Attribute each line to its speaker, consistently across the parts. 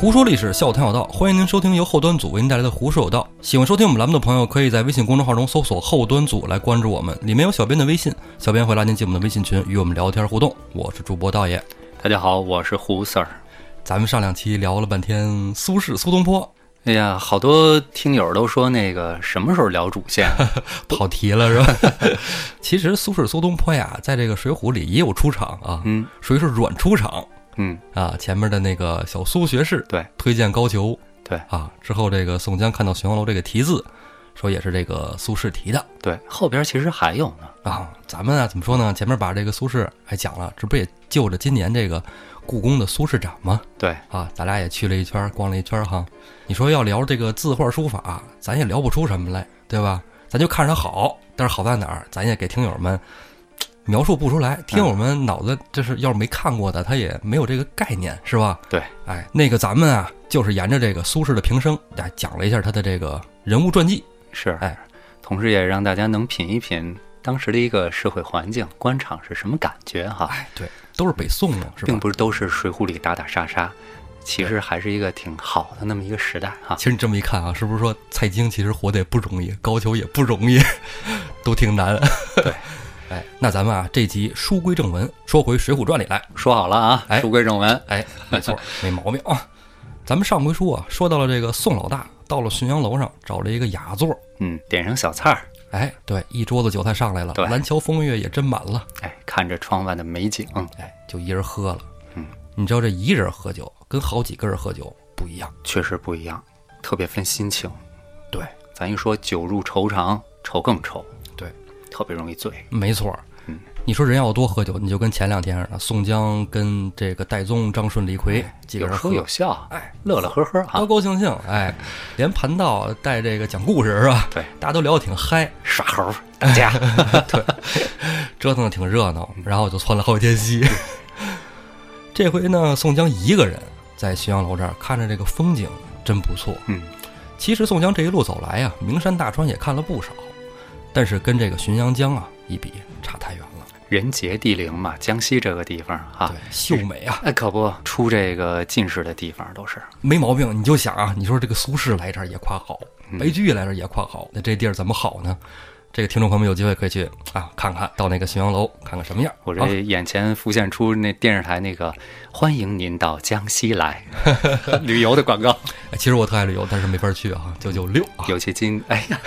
Speaker 1: 胡说历史，笑谈有道，欢迎您收听由后端组为您带来的《胡说有道》。喜欢收听我们栏目的朋友，可以在微信公众号中搜索“后端组”来关注我们，里面有小编的微信，小编会拉您进我们的微信群，与我们聊天互动。我是主播道爷，
Speaker 2: 大家好，我是胡 Sir。
Speaker 1: 咱们上两期聊了半天苏轼、苏东坡，
Speaker 2: 哎呀，好多听友都说那个什么时候聊主 线？
Speaker 1: 跑题了是吧？ 其实苏轼、苏东坡呀，在这个《水浒》里也有出场啊，
Speaker 2: 嗯
Speaker 1: 属于是软出场
Speaker 2: 嗯，
Speaker 1: 啊。前面的那个小苏学士
Speaker 2: 对
Speaker 1: 推荐高俅，
Speaker 2: 对
Speaker 1: 啊，之后这个宋江看到玄黄楼这个题字，说也是这个苏轼题的。
Speaker 2: 对，后边其实还有呢。
Speaker 1: 啊，咱们啊，怎么说呢？前面把这个苏轼还讲了，这不也就着今年这个故宫的苏轼展吗？
Speaker 2: 对，
Speaker 1: 啊，咱俩也去了一圈，逛了一圈哈。你说要聊这个字画书法，咱也聊不出什么来，对吧？咱就看着它好，但是好在哪儿，咱也给听友们嘖描述不出来。听友们脑子就是要是没看过的，他也没有这个概念，是吧？
Speaker 2: 对，
Speaker 1: 哎，那个咱们啊，就是沿着这个苏轼的平生，哎，讲了一下他的这个人物传记。
Speaker 2: 是，
Speaker 1: 哎，
Speaker 2: 同时也让大家能品一品当时的一个社会环境、官场是什么感觉哈，
Speaker 1: 哎，对，都是北宋嘛，是吧？
Speaker 2: 并不是都是《水浒》里打打杀杀，其实还是一个挺好的那么一个时代哈。
Speaker 1: 其实你这么一看啊，是不是说蔡京其实活得也不容易，高俅也不容易， 都挺难。
Speaker 2: 对，
Speaker 1: 哎，那咱们啊这集书归正文，说回《水浒传》里来。
Speaker 2: 说好了啊
Speaker 1: 哎，
Speaker 2: 书归正文，
Speaker 1: 哎，没 错，没毛病啊。咱们上回书啊说到了这个宋老大到了浔阳楼上找了一个雅座，
Speaker 2: 嗯，点上小菜儿，
Speaker 1: 哎，对，一桌子酒菜上来了，
Speaker 2: 对
Speaker 1: 蓝桥风月也斟满了，
Speaker 2: 哎，看着窗外的美景，
Speaker 1: 哎，就一人喝了。
Speaker 2: 嗯，
Speaker 1: 你知道这一人喝酒跟好几个人喝酒不一样，
Speaker 2: 确实不一样，特别分心情。
Speaker 1: 对，
Speaker 2: 咱一说酒入愁肠，愁更愁，
Speaker 1: 对，
Speaker 2: 特别容易醉。
Speaker 1: 没错儿
Speaker 2: 嗯。
Speaker 1: 你说人要多喝酒，你就跟前两天似的，宋江跟这个戴宗、张顺、李逵几个
Speaker 2: 哎有
Speaker 1: 人喝
Speaker 2: 说有笑，啊
Speaker 1: 哎，
Speaker 2: 乐乐呵呵
Speaker 1: 高
Speaker 2: 啊，
Speaker 1: 高兴兴，哎，连盘道带这个讲故事是吧？
Speaker 2: 对，
Speaker 1: 大家都聊得挺嗨，
Speaker 2: 耍猴，打架。
Speaker 1: 折腾的挺热闹，
Speaker 2: 嗯
Speaker 1: 然后就窜了好几天戏。 这回呢，宋江一个人在浔阳楼这儿看着这个风景，真不错。
Speaker 2: 嗯，
Speaker 1: 其实宋江这一路走来呀、啊名山大川也看了不少，但是跟这个浔阳江啊一比，差太远了。
Speaker 2: 人杰地灵嘛，江西这个地方啊
Speaker 1: 对，，秀美啊，
Speaker 2: 哎，可不出这个进士的地方都是。
Speaker 1: 没毛病，你就想啊，你说这个苏轼来这儿也夸好，
Speaker 2: 嗯
Speaker 1: 白居易来这儿也夸好，那这地儿怎么好呢？这个听众朋友们有机会可以去啊看看，到那个浔阳楼看看什么样。
Speaker 2: 我
Speaker 1: 啊
Speaker 2: 这眼前浮现出那电视台那个“欢迎您到江西来” 旅游的广告，
Speaker 1: 哎其实我特爱旅游，但是没法去啊，
Speaker 2: 嗯
Speaker 1: 九九六啊，
Speaker 2: 尤其今哎呀，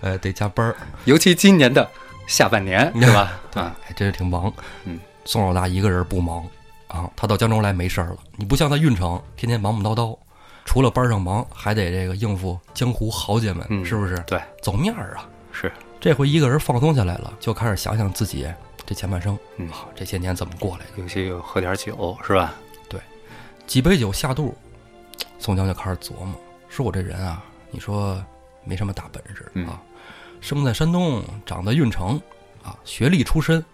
Speaker 1: 呃，得加班儿，
Speaker 2: 尤其今年的下 半年是吧？啊，
Speaker 1: 哎，真是挺忙。
Speaker 2: 嗯，
Speaker 1: 宋老大一个人不忙啊，他到江州来没事儿了。你不像在运城，天天忙忙叨叨，除了班上忙，还得这个应付江湖豪杰们，
Speaker 2: 嗯
Speaker 1: 是不是？
Speaker 2: 对，
Speaker 1: 走面儿啊。
Speaker 2: 是，
Speaker 1: 这回一个人放松下来了，就开始想想自己这前半生，
Speaker 2: 嗯
Speaker 1: 啊，这些年怎么过来的。
Speaker 2: 尤其有喝点酒是吧？
Speaker 1: 几杯酒下肚，宋江就开始琢磨：说我这人啊，你说没什么大本事
Speaker 2: 嗯
Speaker 1: 啊，生在山东，长在运城，啊，学历出身，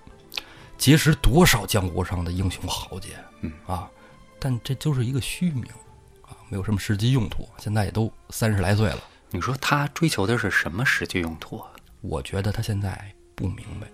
Speaker 1: 结识多少江湖上的英雄豪杰，
Speaker 2: 嗯
Speaker 1: 啊，但这就是一个虚名，啊，没有什么实际用途。现在也都三十来岁了，
Speaker 2: 你说他追求的是什么实际用途啊？
Speaker 1: 我觉得他现在不明白，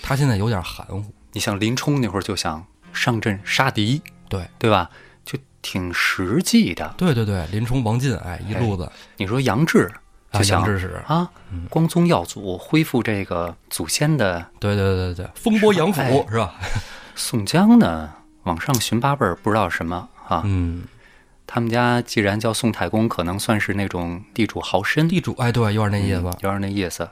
Speaker 1: 他现在有点含糊，
Speaker 2: 你像林冲那会儿就想上阵杀敌，
Speaker 1: 对。
Speaker 2: 对吧？就挺实际的。
Speaker 1: 对对对，林冲、王进，哎，一路子
Speaker 2: 你说杨志
Speaker 1: 啊，
Speaker 2: 就想
Speaker 1: 杨志使，
Speaker 2: 啊，光宗耀祖，恢复这个祖先的
Speaker 1: 对对对对，风波杨府是吧？哎
Speaker 2: 宋江呢，往上寻八辈儿，不知道什么啊。
Speaker 1: 嗯，
Speaker 2: 他们家既然叫宋太公，可能算是那种地主豪绅，嗯
Speaker 1: 地主，哎，对，有点那意思。
Speaker 2: 有点那意思，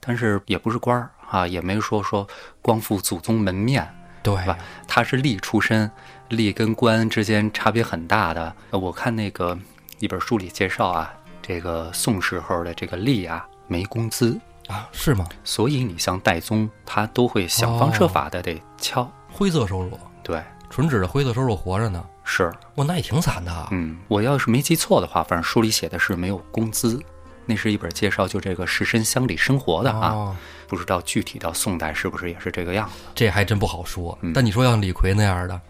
Speaker 2: 但是也不是官儿啊，也没说说光复祖宗门面。
Speaker 1: 对
Speaker 2: 是吧？他是吏出身，吏跟官之间差别很大的。呃我看那个一本书里介绍啊，这个宋时候的这个吏啊，没工资，
Speaker 1: 啊，是吗？
Speaker 2: 所以你像戴宗，他都会想方设法的得敲。
Speaker 1: 灰色收入，
Speaker 2: 对，
Speaker 1: 纯指着灰色收入活着呢。
Speaker 2: 是，
Speaker 1: 哇，那也挺惨的啊。
Speaker 2: 嗯，我要是没记错的话，反正书里写的是没有工资。那是一本介绍就这个士绅乡里生活的啊，
Speaker 1: 哦，
Speaker 2: 不知道具体到宋代是不是也是这个样子。
Speaker 1: 这还真不好说。
Speaker 2: 嗯
Speaker 1: 但你说像李逵那样的，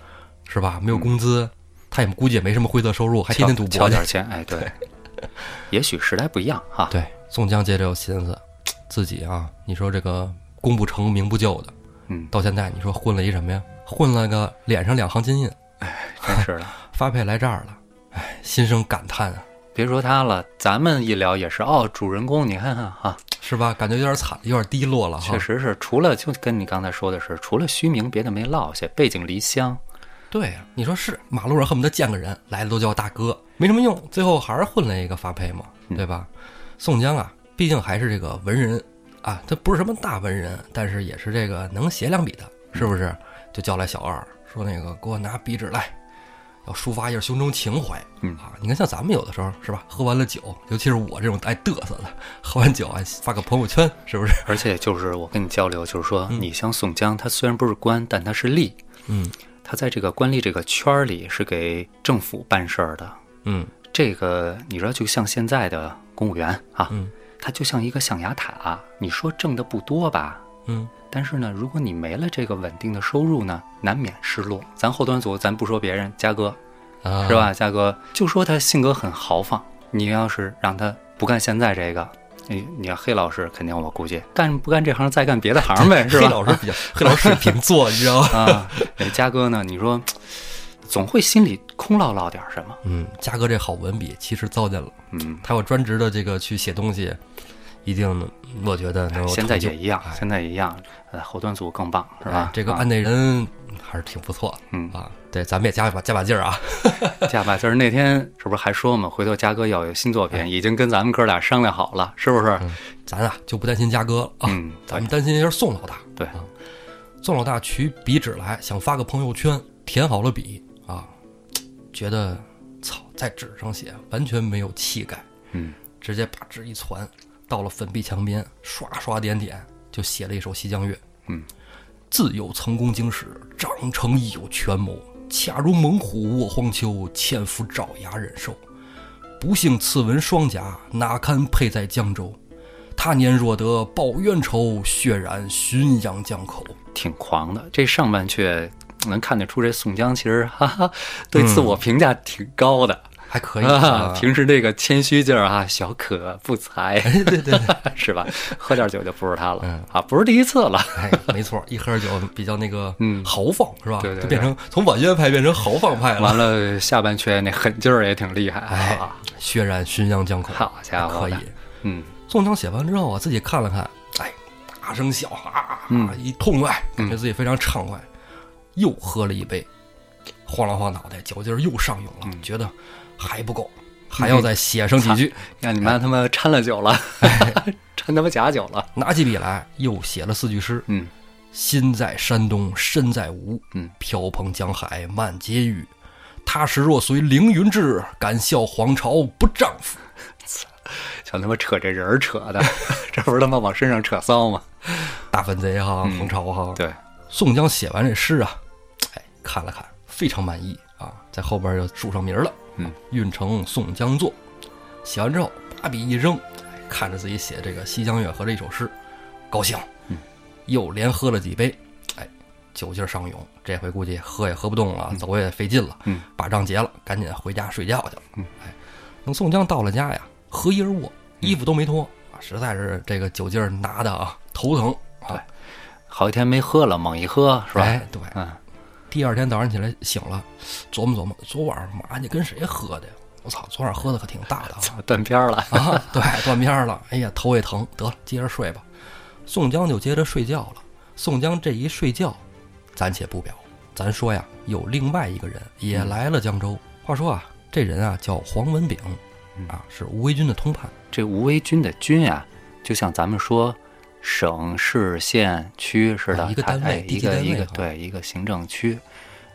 Speaker 1: 是吧？没有工资，他也估计也没什么灰色收入，还天天赌博
Speaker 2: 敲敲
Speaker 1: 去。
Speaker 2: 点钱，哎，对，也许时代不一样哈、
Speaker 1: 对，宋江接着又寻思，自己啊，你说这个功不成名不就的，
Speaker 2: 嗯，
Speaker 1: 到现在你说混了一什么呀？混了个脸上两行金印，
Speaker 2: 真是的，
Speaker 1: 发配来这儿了，哎，心生感叹啊，
Speaker 2: 别说他了，咱们一聊也是哦，主人公你看看哈、
Speaker 1: 是吧？感觉有点惨，有点低落了哈。
Speaker 2: 确实是，除了就跟你刚才说的是，除了虚名，别的没落下，背井离乡。
Speaker 1: 对呀、你说是马路上恨不得见个人来的都叫大哥，没什么用，最后还是混了一个发配嘛，
Speaker 2: 嗯
Speaker 1: 对吧？宋江啊，毕竟还是这个文人啊，他不是什么大文人，但是也是这个能写两笔的，是不是？就叫来小二说那个给我拿笔纸来，要抒发一下胸中情怀。
Speaker 2: 嗯
Speaker 1: 啊，你看像咱们有的时候是吧，喝完了酒，尤其是我这种爱嘚瑟的，喝完酒还发个朋友圈，是不是？
Speaker 2: 而且就是我跟你交流，就是说，你像宋江，他虽然不是官，但他是吏，
Speaker 1: 嗯
Speaker 2: 他在这个官吏这个圈儿里是给政府办事儿的。
Speaker 1: 嗯
Speaker 2: 这个你知道，就像现在的公务员啊，
Speaker 1: 嗯
Speaker 2: 他就像一个象牙塔，你说挣的不多吧？
Speaker 1: 嗯，
Speaker 2: 但是呢，如果你没了这个稳定的收入呢，难免失落。咱后端组，咱不说别人，嘉哥
Speaker 1: 啊，
Speaker 2: 是？吧？嘉哥就说他性格很豪放，你要是让他不干现在这个，你你要黑老师肯定我估计干不干这行再干别的行呗，是
Speaker 1: 黑
Speaker 2: 吧？
Speaker 1: 老师比较，黑老师水瓶座，你知道吗？
Speaker 2: 啊，那嘉哥呢？你说总会心里空落落点什么？
Speaker 1: 嗯，嘉哥这好文笔其实糟践了，
Speaker 2: 嗯，
Speaker 1: 他有专职的这个去写东西，一定我觉得能有
Speaker 2: 现在
Speaker 1: 成就
Speaker 2: 也一样
Speaker 1: 哎，
Speaker 2: 现在也一样，呃，后端组更棒是
Speaker 1: 哎
Speaker 2: 吧？
Speaker 1: 这个
Speaker 2: 啊
Speaker 1: 案内人还是挺不错
Speaker 2: 嗯
Speaker 1: 的，啊。对，咱们也加把加把劲儿啊。
Speaker 2: 加把劲儿。那天是不是还说嘛？回头嘉哥要有新作
Speaker 1: 哎
Speaker 2: 品，已经跟咱们哥俩商量好了，是不是？
Speaker 1: 咱啊就不担心嘉哥了啊，
Speaker 2: 嗯，
Speaker 1: 咱
Speaker 2: 对
Speaker 1: 们担心一下宋老大。
Speaker 2: 对
Speaker 1: 啊，宋老大取笔纸来，想发个朋友圈，填好了笔啊，觉得操，在纸上写完全没有气概，
Speaker 2: 嗯，
Speaker 1: 直接把纸一攒，到了粉壁墙边，刷刷点点就写了一首《西江月》。
Speaker 2: 嗯，
Speaker 1: 自有曾公经史，长城亦有权谋。恰如猛虎卧荒丘，潜伏爪牙忍兽。不幸赐文双甲，哪堪配在江州？他年若得报冤仇，血染浔阳江 口。
Speaker 2: 挺狂的。这上半阙能看得出，这宋江其实哈哈，对自我评价挺高的。
Speaker 1: 还可以
Speaker 2: 啊
Speaker 1: 啊，，
Speaker 2: 平时这个谦虚劲儿啊，小可不才，对哎对对， 是吧？喝点酒就不是他了、
Speaker 1: 嗯
Speaker 2: 啊，不是第一次了。
Speaker 1: 哎，没错，一喝酒比较那个
Speaker 2: 嗯
Speaker 1: 豪放是吧？
Speaker 2: 对对
Speaker 1: 就变成从婉约派变成豪放派了。
Speaker 2: 完了，下半圈那狠劲儿也挺厉害
Speaker 1: 哎
Speaker 2: 啊。，
Speaker 1: 血染浔阳江口，
Speaker 2: 好家伙
Speaker 1: 可以
Speaker 2: 的。嗯，
Speaker 1: 宋江写完之后啊，自己看了看，哎，大声笑啊，一痛快，感觉自己非常畅快，又喝了一杯，晃了晃脑袋，酒劲儿又上涌了，觉得还不够，还要再写上几句，
Speaker 2: 让你妈他妈掺了酒了，哎 掺他妈假酒了。
Speaker 1: 拿起笔来又写了四句诗：
Speaker 2: 嗯，
Speaker 1: 心在山东，身在吴，
Speaker 2: 嗯，
Speaker 1: 飘蓬江海漫嗟余。他时若随凌云志，敢笑黄巢不丈夫。
Speaker 2: 想他妈扯这人儿扯的， 这不是他妈往身上扯骚吗？
Speaker 1: 大反贼哈，
Speaker 2: 嗯
Speaker 1: 黄巢哈，
Speaker 2: 对，
Speaker 1: 宋江写完这诗啊，哎，看了看，非常满意啊，在后边就署上名了，
Speaker 2: 嗯，
Speaker 1: 运成宋江作。写完之后，把笔一扔，哎看着自己写这个《西江月》和这一首诗，高兴，
Speaker 2: 嗯，
Speaker 1: 又连喝了几杯，哎，酒劲儿上涌，这回估计喝也喝不动了，走也费劲了，
Speaker 2: 嗯，
Speaker 1: 把账结了，赶紧回家睡觉去了。
Speaker 2: 嗯，
Speaker 1: 哎，等宋江到了家呀，合衣而卧，
Speaker 2: 嗯
Speaker 1: 衣服都没脱啊，实在是这个酒劲儿拿的啊头疼啊，
Speaker 2: 好几天没喝了，猛一喝是吧？
Speaker 1: 哎，对，
Speaker 2: 嗯，
Speaker 1: 第二天早上起来醒了，琢磨琢磨，昨晚上妈你跟谁喝的呀？我操，昨晚喝的可挺大 的啊！
Speaker 2: 操 断片儿了。
Speaker 1: 啊，对，断片儿了，哎呀，头也疼，得了，接着睡吧。宋江就接着睡觉了。宋江这一睡觉，咱且不表，咱说呀，有另外一个人也来了江州。话说啊，这人啊叫黄文炳，
Speaker 2: 嗯
Speaker 1: 啊是吴为军的通判。
Speaker 2: 这吴为军的军啊，就像咱们说省、市、县、区似的，
Speaker 1: 啊一个
Speaker 2: 它
Speaker 1: 单位
Speaker 2: 哎
Speaker 1: 地
Speaker 2: 一
Speaker 1: 级单
Speaker 2: 个
Speaker 1: 位
Speaker 2: 一个
Speaker 1: 哈
Speaker 2: 对一个行政区。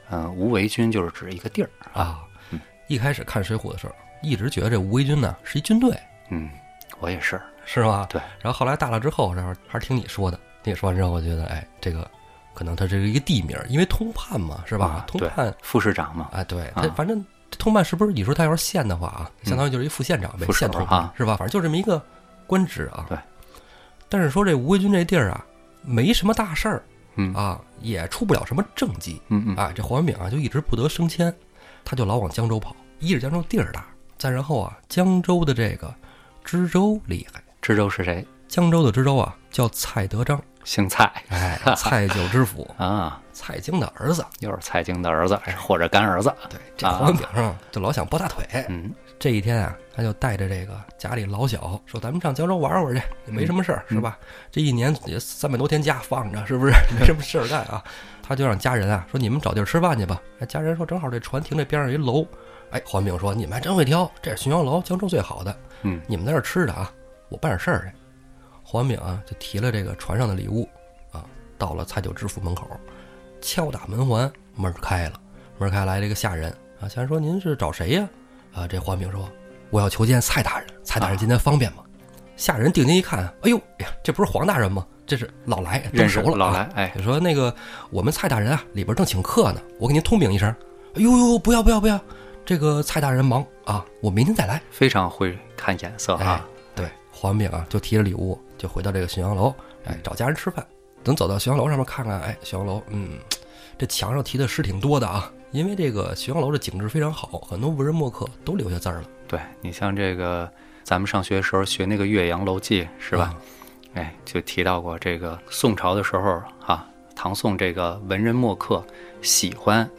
Speaker 2: 嗯，吴为军就是指一个地儿。
Speaker 1: 啊，
Speaker 2: 嗯
Speaker 1: 一开始看《水浒》的时候，一直觉得这吴为军呢是一军队，
Speaker 2: 嗯，我也是。
Speaker 1: 是吧？
Speaker 2: 对。
Speaker 1: 然后后来大了之后，然后还是听你说的，你说完之后，我觉得，哎，这个可能他这是一个地名，因为通判嘛，是吧？
Speaker 2: 啊
Speaker 1: 通
Speaker 2: 对
Speaker 1: 判，
Speaker 2: 副市长嘛，
Speaker 1: 哎，对，他
Speaker 2: 啊
Speaker 1: 反正通判是不是？你说他要是县的话啊，相当于就是一副县长呗，
Speaker 2: 副
Speaker 1: 县
Speaker 2: 手
Speaker 1: 通判
Speaker 2: 啊
Speaker 1: 是吧？反正就这么一个官职啊。
Speaker 2: 对。
Speaker 1: 但是说这吴为军这地儿啊，没什么大事儿
Speaker 2: 嗯
Speaker 1: 啊，也出不了什么政绩
Speaker 2: 嗯嗯，
Speaker 1: 啊。这黄文炳啊，就一直不得升迁，他就老往江州跑。一是江州地儿大，再然后啊，江州的这个知州厉害。
Speaker 2: 知州是谁？
Speaker 1: 江州的知州啊，叫蔡德章，
Speaker 2: 姓蔡
Speaker 1: 哎， 蔡九知府，
Speaker 2: 啊，
Speaker 1: 蔡京的儿子。
Speaker 2: 又是蔡京的儿子
Speaker 1: 哎
Speaker 2: 或者干儿子。
Speaker 1: 对，这黄文炳上就老想抱大腿。
Speaker 2: 嗯
Speaker 1: 这一天啊，他就带着这个家里老小说：“咱们上江州玩会儿去，也没什么事儿，是吧？这一年也三百多天假放着，是不是没什么事儿干啊？”他就让家人啊说：“你们找地儿吃饭去吧。”哎，家人说：“正好这船停这边上有一楼。”哎，黄炳说：“你们还真会挑，这是巡游楼，江州最好的。
Speaker 2: 嗯
Speaker 1: 你们在这儿吃着啊，我办点事儿去。”黄炳啊就提了这个船上的礼物啊，到了蔡九知府门口，敲打门环，门儿开了，门儿开来了一个下人啊，下人说：“您是找谁呀、啊，这黄炳说：“我要求见蔡大人，蔡
Speaker 2: 啊
Speaker 1: 大人今天方便吗？”下人定睛一看，哎呦，哎呀，这不是黄大人吗？这是老来，都
Speaker 2: 认识
Speaker 1: 熟了。
Speaker 2: 老来
Speaker 1: 啊，
Speaker 2: 哎
Speaker 1: 你说那个我们蔡大人啊，里边正请客呢，我给您通禀一声。哎呦呦，不要不要不要，这个蔡大人忙啊，我明天再来。
Speaker 2: 非常会看眼色
Speaker 1: 哎
Speaker 2: 啊。，
Speaker 1: 对，黄炳啊，就提着礼物就回到这个巡洋楼，
Speaker 2: 嗯
Speaker 1: 哎，找家人吃饭。等走到巡洋楼上面看看，哎，巡洋楼，嗯，这墙上题的诗挺多的啊，因为这个巡洋楼的景致非常好，很多文人墨客都留下字儿了，
Speaker 2: 对你像这个，咱们上学时候学那个《岳阳楼记》是
Speaker 1: 嗯
Speaker 2: 吧？哎，就提到过这个宋朝的时候啊，唐宋这个文人墨客喜欢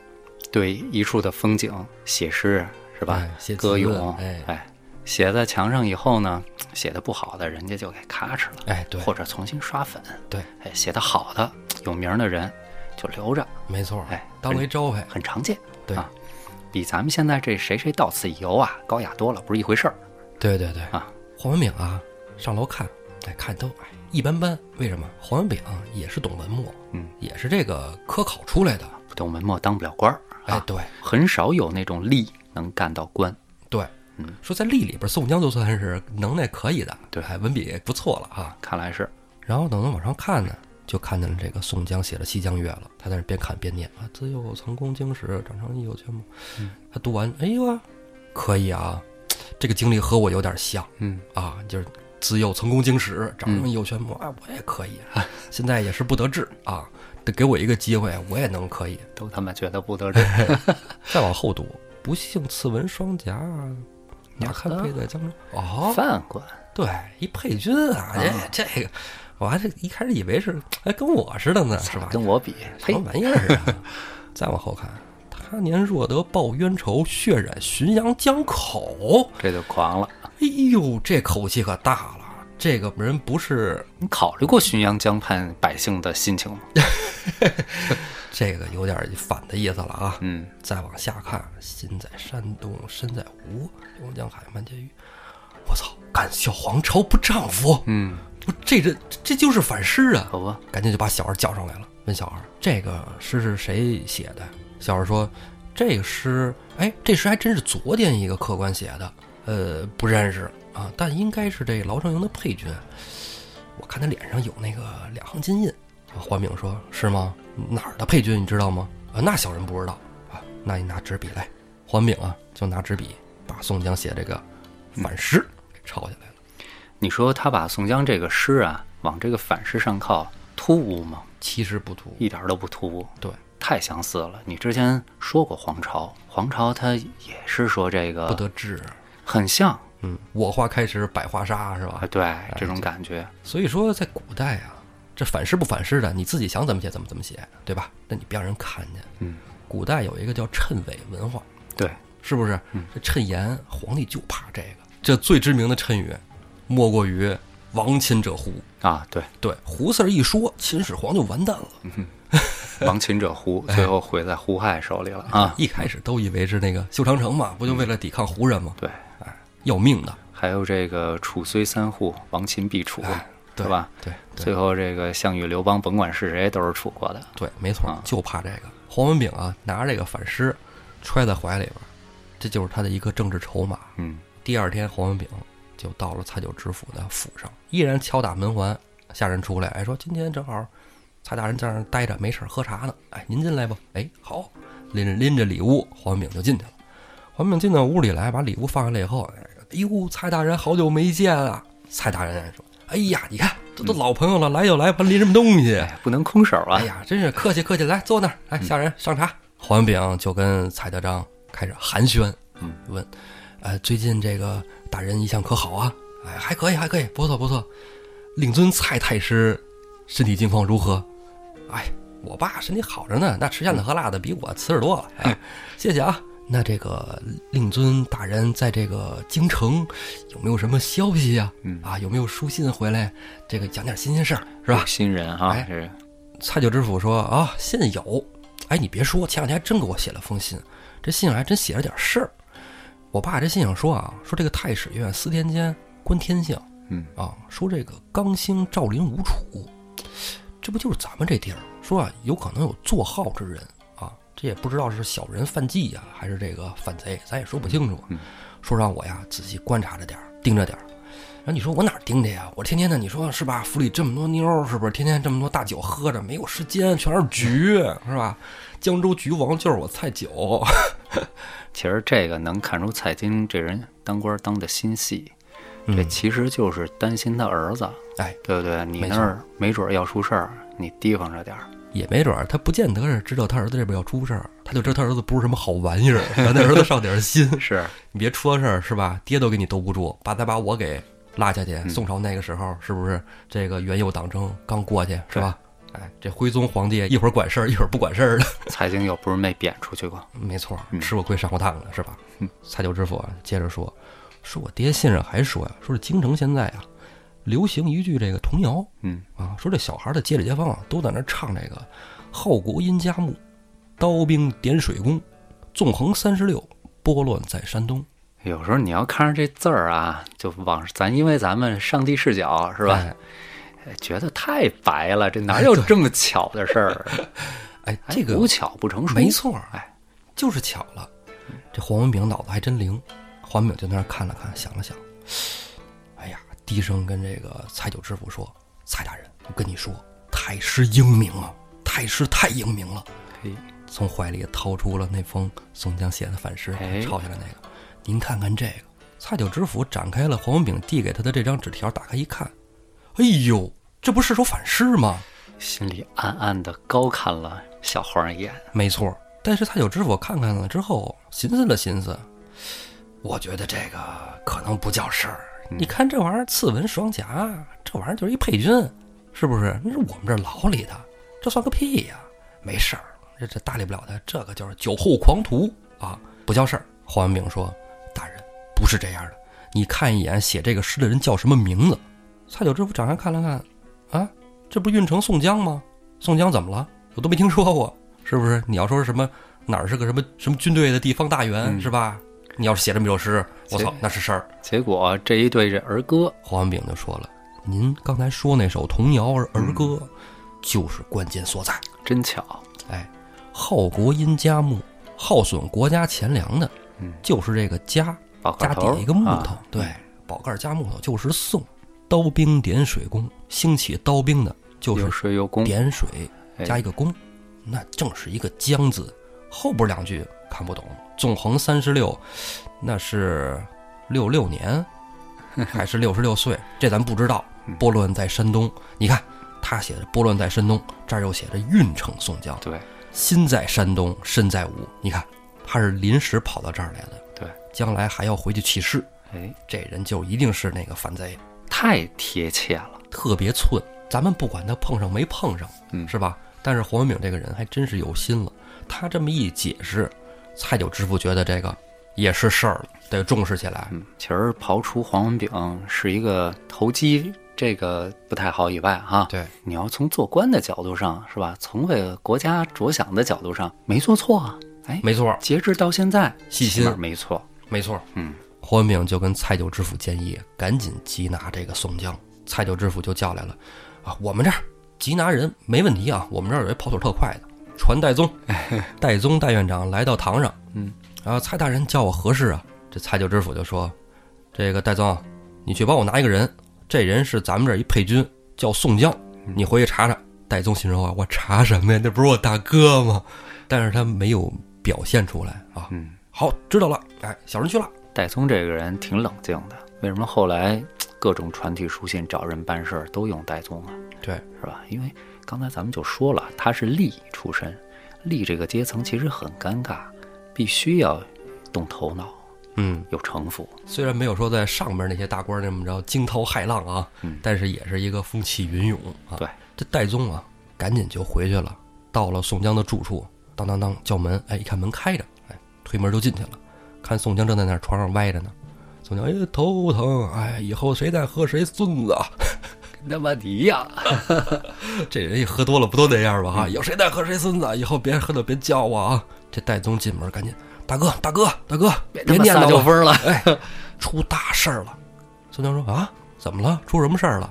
Speaker 2: 对一处的风景写诗是吧？
Speaker 1: 哎写
Speaker 2: 歌
Speaker 1: 词
Speaker 2: 咏啊
Speaker 1: 哎
Speaker 2: 写在墙上以后呢，写的不好的人家就给咔哧了。
Speaker 1: 哎，对，
Speaker 2: 或者重新刷粉。
Speaker 1: 对，
Speaker 2: 哎，写的好的、有名儿的人就留着，
Speaker 1: 没错，
Speaker 2: 哎，
Speaker 1: 当为招牌，
Speaker 2: 很常见，
Speaker 1: 对，
Speaker 2: 啊比咱们现在这谁谁到此一游啊高雅多了，不是一回事儿。
Speaker 1: 对对对
Speaker 2: 啊，
Speaker 1: 黄文炳啊，上楼看，哎，看都哎一般般，为什么？黄文炳啊也是懂文墨，
Speaker 2: 嗯，啊
Speaker 1: 也是这个科考出来的，
Speaker 2: 不懂文墨当不了官儿
Speaker 1: 哎
Speaker 2: 啊，，
Speaker 1: 对
Speaker 2: 很少有那种吏能干到官。
Speaker 1: 对
Speaker 2: 嗯，
Speaker 1: 说在历里边，宋江就算是能耐可以的，
Speaker 2: 对
Speaker 1: 哎，文笔也不错了啊。
Speaker 2: 看来是
Speaker 1: 然后等他往上看呢，就看见了这个宋江写了《西江月》了。他在那边看边念啊：“自幼曾公经史，长成亦有圈目。”他读完，哎呦啊，可以啊，这个经历和我有点像。
Speaker 2: 嗯
Speaker 1: 啊，就是自幼曾公经史，长成亦有玄魔啊，我也可以， 现在也是不得志啊，得给我一个机会，我也能可以。
Speaker 2: 都他妈觉得不得志。
Speaker 1: 再往后读，不幸刺纹双颊，啊哪堪佩戴江州？哦，
Speaker 2: 饭官
Speaker 1: 对，一配军啊，这这个，我还是一开始以为是哎跟我似的呢，是吧？
Speaker 2: 跟我比，
Speaker 1: 什
Speaker 2: 呸
Speaker 1: 么，玩意儿啊！再往后看，他年若得报冤仇，血染浔阳江口。
Speaker 2: 这就狂了。
Speaker 1: 哎呦，这口气可大了。这个人不是
Speaker 2: 你考虑过浔阳江畔百姓的心情吗？
Speaker 1: 这个有点反的意思了啊。
Speaker 2: 嗯，
Speaker 1: 再往下看，心在山东，身在吴，龙江海，漫婕妤。我操，敢笑皇朝不丈夫！
Speaker 2: 嗯，
Speaker 1: 我这人这这就是反诗啊！
Speaker 2: 可不，
Speaker 1: 赶紧就把小二叫上来了，问小二这个诗是谁写的？小二说这个诗，哎，这诗还真是昨天一个客官写的，呃，不认识啊，但应该是这劳成营的配军。我看他脸上有那个两行金印。啊黄炳说：“是吗？哪儿的配军你知道吗？”啊，那小人不知道啊。那你拿纸笔来。黄炳啊，就拿纸笔把宋江写这个反诗给抄下来了。
Speaker 2: 你说他把宋江这个诗啊往这个反诗上靠，突兀吗？
Speaker 1: 其实不图，
Speaker 2: 一点儿都不突兀，
Speaker 1: 对，
Speaker 2: 太相似了。你之前说过黄巢，黄巢他也是说这
Speaker 1: 不
Speaker 2: 个
Speaker 1: 得志。啊
Speaker 2: 很像
Speaker 1: 嗯，我花开时百花杀是吧
Speaker 2: 啊，？对这种感觉，
Speaker 1: 所以说，在古代啊，这反诗不反诗的，你自己想怎么写怎么怎么写，对吧？那你别让人看见。
Speaker 2: 嗯，
Speaker 1: 古代有一个叫谶纬文化，
Speaker 2: 对，
Speaker 1: 是不是？
Speaker 2: 嗯
Speaker 1: 这谶言，皇帝就怕这个。这最知名的谶语，莫过于“亡秦者胡
Speaker 2: 啊，对，”。
Speaker 1: 对，胡四儿一说，秦始皇就完蛋了。
Speaker 2: 亡秦者胡，
Speaker 1: 哎
Speaker 2: 最后毁在胡亥手里了啊。
Speaker 1: 一开始都以为是那个修长城嘛，不就为了抵抗胡人吗？
Speaker 2: 对，
Speaker 1: 要命的，
Speaker 2: 还有这个楚虽三户，亡秦必楚，
Speaker 1: 哎对
Speaker 2: 对吧？
Speaker 1: 对对
Speaker 2: 最后这个项羽、刘邦，甭管是谁，都是楚国的。
Speaker 1: 对，没错
Speaker 2: 啊，
Speaker 1: 就怕这个。黄文炳啊，拿着这个反诗，揣在怀里边儿，这就是他的一个政治筹码。
Speaker 2: 嗯，
Speaker 1: 第二天，黄文炳就到了蔡九知府的府上，依然敲打门环。下人出来，哎，说今天正好蔡大人在那儿待着，没事儿喝茶呢。哎，您进来吧。哎，好，拎着拎着礼物，黄文炳就进去了。黄文炳进到屋里来，把礼物放下来以后，哎呦，蔡大人好久没见啊！蔡大人说：“哎呀，你看这都老朋友了，来就来吧，拎什么东西？”
Speaker 2: 哎，不能空手啊
Speaker 1: 哎。呀，真是客气客气，来坐那儿，
Speaker 2: 嗯
Speaker 1: 来下人上茶。黄文炳就跟蔡德章开始寒暄，
Speaker 2: 嗯，
Speaker 1: 问，呃，最近这个大人一向可好啊？哎，还可以，还可以，不错不错。令尊蔡太师身体近况如何？”哎，我爸身体好着呢，那吃
Speaker 2: 嗯
Speaker 1: 烟的喝辣的比我瓷实多了。 哎，谢谢啊。那这个令尊大人在这个京城有没有什么消息呀、
Speaker 2: 嗯
Speaker 1: 啊？有没有书信回来？这个讲点新鲜事儿是吧？
Speaker 2: 新人哈、
Speaker 1: 哎
Speaker 2: 是
Speaker 1: 蔡九知府说啊，信有。哎，你别说，前两天还真给我写了封信，这信上还真写了点事儿。我爸这信上说啊，说这个太史院司天监观天象
Speaker 2: 嗯
Speaker 1: 啊，说这个刚兴赵林吴楚，这不就是咱们这地儿？说啊，有可能有坐号之人啊，这也不知道是小人犯计呀、还是这个反贼，咱也说不清楚。
Speaker 2: 嗯
Speaker 1: 说让我呀仔细观察着点儿，盯着点儿。然后你说我哪儿盯着呀？我天天的，你说是吧？府里这么多妞儿，是不是天天这么多大酒喝着，没有时间，全是局，是吧？江州局王就是我蔡九，
Speaker 2: 其实这个能看出蔡京这人当官当的心细，这
Speaker 1: 嗯
Speaker 2: 其实就是担心他儿子，
Speaker 1: 哎，
Speaker 2: 对不对？你
Speaker 1: 没
Speaker 2: 那
Speaker 1: 错
Speaker 2: 儿没准儿要出事儿，你提防着点儿。
Speaker 1: 也没准儿他不见得是知道他儿子这边要出事儿，他就知道他儿子不是什么好玩意儿，让他儿子上点心。
Speaker 2: 是，
Speaker 1: 你别出了事儿是吧？爹都给你兜不住，把再把我给拉下去。宋朝那个时候是不是这个元佑党争刚过去是吧？哎，这徽宗皇帝一会儿管事儿，一会儿不管事儿的，
Speaker 2: 蔡京又不是没贬出去过，
Speaker 1: 没错
Speaker 2: 嗯，
Speaker 1: 吃过亏上过当的是吧
Speaker 2: 嗯？
Speaker 1: 蔡九知府啊接着说，说我爹信上还说呀、说是京城现在啊流行一句这个童谣
Speaker 2: 嗯，
Speaker 1: 啊，说这小孩的街里街坊啊都在那儿唱这个“号国殷家木，刀兵点水弓，纵横三十六，拨乱在山东”。
Speaker 2: 有时候你要看着这字儿啊，就往咱因为咱们上帝视角是吧，
Speaker 1: 哎
Speaker 2: 觉得太白了，这哪
Speaker 1: 哎
Speaker 2: 有
Speaker 1: 对
Speaker 2: 这么巧的事儿？
Speaker 1: 哎，
Speaker 2: 哎
Speaker 1: 这个
Speaker 2: 无巧不成书，
Speaker 1: 没错，
Speaker 2: 哎，
Speaker 1: 就是巧了。这黄文炳脑子还真灵，黄文炳就在那儿看了看，想了想，哎呀，低声跟这个蔡九知府说：“蔡大人，我跟你说，太师英明啊，太师太英明了。
Speaker 2: 嘿”
Speaker 1: 从怀里掏出了那封宋江写的反诗
Speaker 2: 哎，
Speaker 1: 抄下来那个。您看看这个，蔡九知府展开了黄文炳递给他的这张纸条，打开一看，哎呦，这不是首反诗吗？
Speaker 2: 心里暗暗的高看了小黄一眼。
Speaker 1: 没错，但是蔡九知府看看了之后，寻思了寻思，我觉得这个可能不叫事儿。你
Speaker 2: 嗯
Speaker 1: 看这玩意儿刺纹双颊，啊这玩意儿就是一配军，是不是？那是我们这老里的，这算个屁呀、没事儿，这这搭理不了他，这个就是酒后狂徒啊，不叫事儿。黄文炳说：“大人，不是这样的，你看一眼写这个诗的人叫什么名字？”蔡九知府展开看了看，啊，这不运城宋江吗？宋江怎么了？我都没听说过。是不是？你要说是什么哪儿是个什么什么军队的地方大员、
Speaker 2: 嗯
Speaker 1: 是吧？你要是写这么一首诗，我操
Speaker 2: 写，
Speaker 1: 那是事儿。
Speaker 2: 结果这一对这儿歌，
Speaker 1: 黄文炳就说了：“您刚才说那首童谣儿
Speaker 2: 嗯
Speaker 1: 儿歌，就是关键所在。
Speaker 2: 真巧，
Speaker 1: 哎，浩国因家木，耗损国家钱粮的，
Speaker 2: 嗯
Speaker 1: 就是这个家
Speaker 2: 宝盖
Speaker 1: 加
Speaker 2: 头
Speaker 1: 底一个木头，
Speaker 2: 啊
Speaker 1: 对，宝盖加木头就是宋。刀兵点水工，兴起刀兵的就
Speaker 2: 有
Speaker 1: 是
Speaker 2: 水有功，
Speaker 1: 点水
Speaker 2: 哎
Speaker 1: 加一个弓，那正是一个江字。后边两句看不懂，纵横三十六，那是六六 年还是六十六岁？这咱不知道。
Speaker 2: 嗯
Speaker 1: 拨乱在山东，你看他写的拨乱在山东，这儿又写着运城宋江，
Speaker 2: 对
Speaker 1: 心在山东，身在吴。你看他是临时跑到这儿来的，
Speaker 2: 对，
Speaker 1: 将来还要回去起事，
Speaker 2: 哎，
Speaker 1: 这人就一定是那个反贼。
Speaker 2: 太贴切了，
Speaker 1: 特别寸。咱们不管他碰上没碰上，
Speaker 2: 嗯
Speaker 1: 是吧？但是黄文炳这个人还真是有心了，他这么一解释，蔡九知府觉得这个也是事儿了，得重视起来。
Speaker 2: 嗯，其实刨除黄文炳是一个投机，这个不太好以外哈、
Speaker 1: 对，
Speaker 2: 你要从做官的角度上是吧，从为国家着想的角度上，没做错啊，哎，
Speaker 1: 没错，
Speaker 2: 截至到现在，
Speaker 1: 细心
Speaker 2: 起码没错，
Speaker 1: 没错。
Speaker 2: 嗯，
Speaker 1: 黄文炳就跟蔡九知府建议，赶紧缉拿这个宋江。蔡九知府就叫来了，啊，我们这儿缉拿人没问题啊，我们这儿有一跑腿特快的，传戴 宗，戴宗戴院长来到堂上，
Speaker 2: 嗯，
Speaker 1: 啊，蔡大人叫我何事啊？这蔡九知府就说，这个戴宗，你去帮我拿一个人，这人是咱们这儿一配军，叫宋江，
Speaker 2: 嗯
Speaker 1: 你回去查查。戴宗心说啊，我查什么呀？那不是我大哥吗？但是他没有表现出来啊。
Speaker 2: 嗯，
Speaker 1: 好，知道了，哎，小人去了。
Speaker 2: 戴宗这个人挺冷静的，为什么后来各种传体书信找人办事儿都用戴宗啊？
Speaker 1: 对，
Speaker 2: 是吧？因为刚才咱们就说了，他是吏出身，吏这个阶层其实很尴尬，必须要动头脑，
Speaker 1: 嗯，
Speaker 2: 有城府。
Speaker 1: 虽然没有说在上面那些大官那么着惊涛骇浪啊，
Speaker 2: 嗯
Speaker 1: 但是也是一个风起云涌啊。
Speaker 2: 对，
Speaker 1: 这戴宗啊，赶紧就回去了。到了宋江的住处，当当当叫门，哎，一看门开着，哎，推门就进去了。看宋江正在那儿床上歪着呢，宋江哎头疼，哎，以后谁再喝谁孙子。啊
Speaker 2: 那么你呀，
Speaker 1: 这人一喝多了不都那样吗？
Speaker 2: 嗯
Speaker 1: 哈，有谁再喝谁孙子，以后别喝了别叫我啊！这戴宗进门赶紧，大哥大哥大哥，别
Speaker 2: 他妈
Speaker 1: 念
Speaker 2: 撒
Speaker 1: 叨
Speaker 2: 酒
Speaker 1: 了，
Speaker 2: 疯了。
Speaker 1: 哎，出大事儿了！宋江说啊，怎么了？出什么事儿了？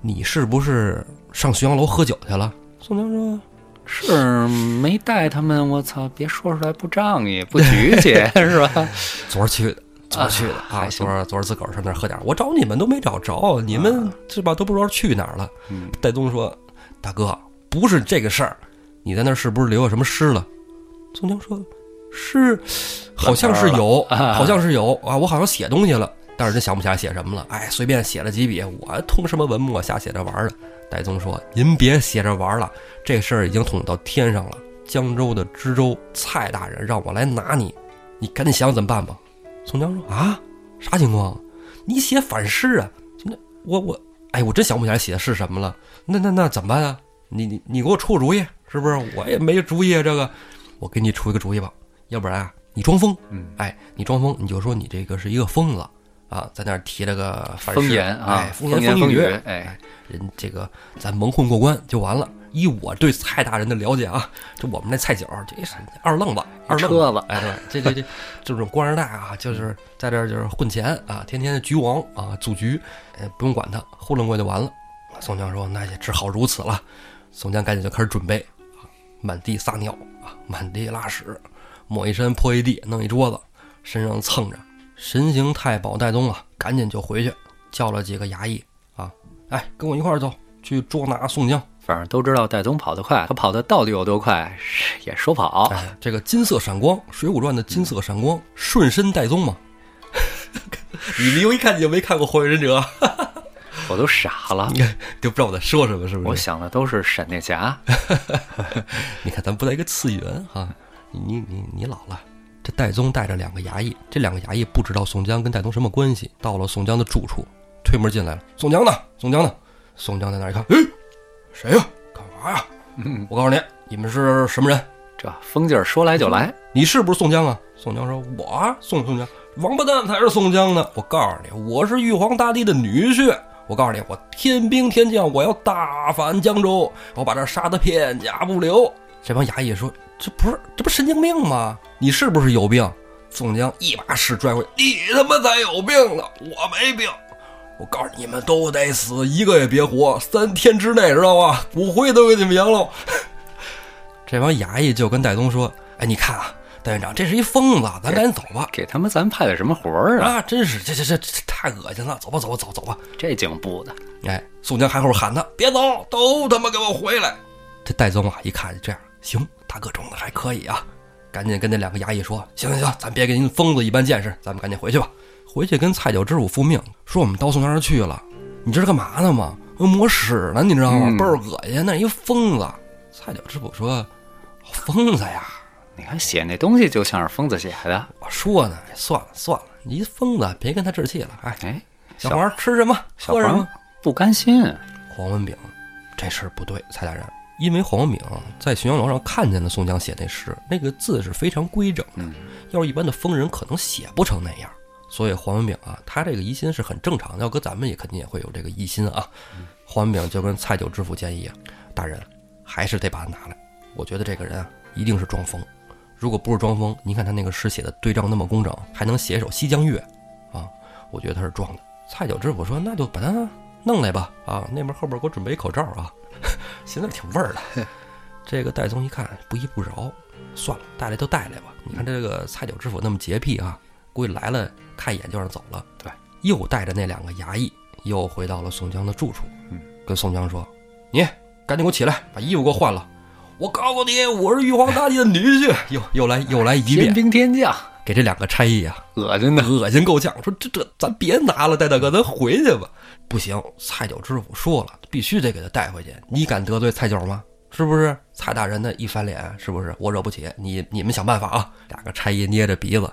Speaker 1: 你是不是上浔阳楼喝酒去了？宋江说
Speaker 2: 是没带他们，我操！别说出来不仗义不局 气是吧？
Speaker 1: 昨儿去的。昨儿去的啊，
Speaker 2: 还行
Speaker 1: 昨儿昨儿自个儿上那儿喝点儿，我找你们都没找着，你们是吧都不知道去哪儿了。
Speaker 2: 啊嗯，
Speaker 1: 戴宗说：“大哥，不是这个事儿，你在那儿是不是留下什么诗了？”宋江说：“是，好像是有，
Speaker 2: 啊
Speaker 1: 好像是有啊，我好像写东西了，但是真想不起来写什么了。哎，随便写了几笔，我通什么文墨，瞎写着玩儿的。”戴宗说：“您别写着玩儿了，这事儿已经捅到天上了。江州的知州蔡大人让我来拿你，你赶紧想想怎么办吧。”宋江说：“啊，啥情况？你写反诗啊？宋江我我，哎，我真想不起来写的是什么了。”那那那怎么办啊？你你你给我出个主意，是不是？我也没主意啊，这个，我给你出一个主意吧，要不然啊，你装疯，
Speaker 2: 嗯，
Speaker 1: 哎，你装疯，你就说你这个是一个疯子啊，在那儿提了个反
Speaker 2: 风
Speaker 1: 诗
Speaker 2: 言啊
Speaker 1: 哎，，风
Speaker 2: 风言
Speaker 1: 风
Speaker 2: 语
Speaker 1: 语，，
Speaker 2: 哎，
Speaker 1: 人这个咱蒙混过关就完了。依我对蔡大人的了解啊，就我们那蔡九儿，这是二愣子，二愣
Speaker 2: 车子
Speaker 1: 哎，对，这这这这种官二代啊，就是在这儿就是混钱啊，天天局王啊，组局，哎，不用管他，糊弄过就完了。宋江说：“那也只好如此了。”宋江赶紧就开始准备啊，满地撒尿啊，满地拉屎，抹一身泼一地，弄一桌子，身上蹭着。神行太保戴宗啊，赶紧就回去叫了几个衙役啊，哎，跟我一块儿走去捉拿宋江。
Speaker 2: 反正都知道戴宗跑得快，他跑得到底有多快，是也说跑。
Speaker 1: 哎，这个金色闪光，《水浒传》的金色闪光，顺身戴宗嘛。嗯 你离我一看你就没看过《火影忍者》，
Speaker 2: 我都傻了，
Speaker 1: 就不知道我在说什么，是不
Speaker 2: 我
Speaker 1: 是？
Speaker 2: 想的都是闪电侠。
Speaker 1: 你看，咱不在一个次元哈。你你你你老了。这戴宗带着两个衙役，这两个衙役不知道宋江跟戴宗什么关系，到了宋江的住处，推门进来了。宋江呢？宋江呢？宋江在那儿一看，哎，谁呀、干嘛呀？
Speaker 2: 嗯，
Speaker 1: 我告诉你，你们是什么人？
Speaker 2: 这风劲儿说来就来，
Speaker 1: 你是不是宋江啊？宋江说：“我啊宋宋江，王八蛋才是宋江呢！我告诉你，我是玉皇大帝的女婿。我告诉你，我天兵天将，我要大反江州，我把这儿杀得片甲不留。”这帮衙役说：“这不是这不神经病吗？你是不是有病？”宋江一把屎拽回去：“你他妈才有病呢！我没病。”我告诉你们，都得死，一个也别活，三天之内，知道吗？骨灰都给你们扬喽。 这帮衙役就跟戴宗说：“哎，你看啊，戴院长，这是一疯子，咱赶紧走吧。
Speaker 2: 给他们咱派的什么活儿啊？
Speaker 1: 啊，真是这这这这太恶心了，走吧走吧走走吧。
Speaker 2: 这警部的，
Speaker 1: 哎，宋江还后边喊他：“别走，都他妈给我回来！”这戴宗啊，一看这样，行，大哥中的还可以啊，赶紧跟那两个衙役说：“行行行，咱别跟您疯子一般见识，咱们赶紧回去吧。回去跟蔡九知府复命，说我们到宋江那儿去了。你这是干嘛呢嘛？抹屎呢，你知道吗？
Speaker 2: 嗯
Speaker 1: 倍儿恶心，那一疯子。”蔡九知府说：“疯子呀，
Speaker 2: 你看写那东西就像是疯子写的。
Speaker 1: 我说呢，哎算了算了，你一疯子，别跟他置气了。哎，
Speaker 2: 哎，
Speaker 1: 小
Speaker 2: 小
Speaker 1: 黄吃什么
Speaker 2: 小
Speaker 1: 喝什么
Speaker 2: 黄？不甘心，
Speaker 1: 黄文炳，这事儿不对，蔡大人，因为黄文炳在浔阳楼上看见了宋江写那诗，那个字是非常规整的，
Speaker 2: 嗯
Speaker 1: 要是一般的疯人可能写不成那样。所以黄文炳啊，他这个疑心是很正常的，要搁咱们也肯定也会有这个疑心啊。黄文炳就跟蔡九知府建议啊，大人还是得把他拿来，我觉得这个人啊一定是装疯。如果不是装疯，您看他那个诗写的对仗那么工整，还能写一首《西江月》啊，我觉得他是装的。蔡九知府说：“那就把他弄来吧，啊，那边后边给我准备一口罩啊， 现在挺味儿的。这个戴宗一看不依不饶，算了，带来就带来吧。你看这个蔡九知府那么洁癖啊，估计来了看一眼就让走了。
Speaker 2: 对，
Speaker 1: 又带着那两个衙役又回到了宋江的住处，
Speaker 2: 嗯，
Speaker 1: 跟宋江说：“你赶紧给我起来，把衣服给我换了。我告诉你，我是玉皇大帝的女婿。 又又来又来一
Speaker 2: 天
Speaker 1: 遍，
Speaker 2: 兵天将，
Speaker 1: 给这两个差役啊
Speaker 2: 恶心的。
Speaker 1: 恶心够呛，说这这咱别拿了，戴大哥，咱回去吧。不行，蔡九知府说了，必须得给他带回去。你敢得罪蔡九吗？是不是？蔡大人的一翻脸，是不是我惹不起？你你们想办法啊！两个差役捏着鼻子，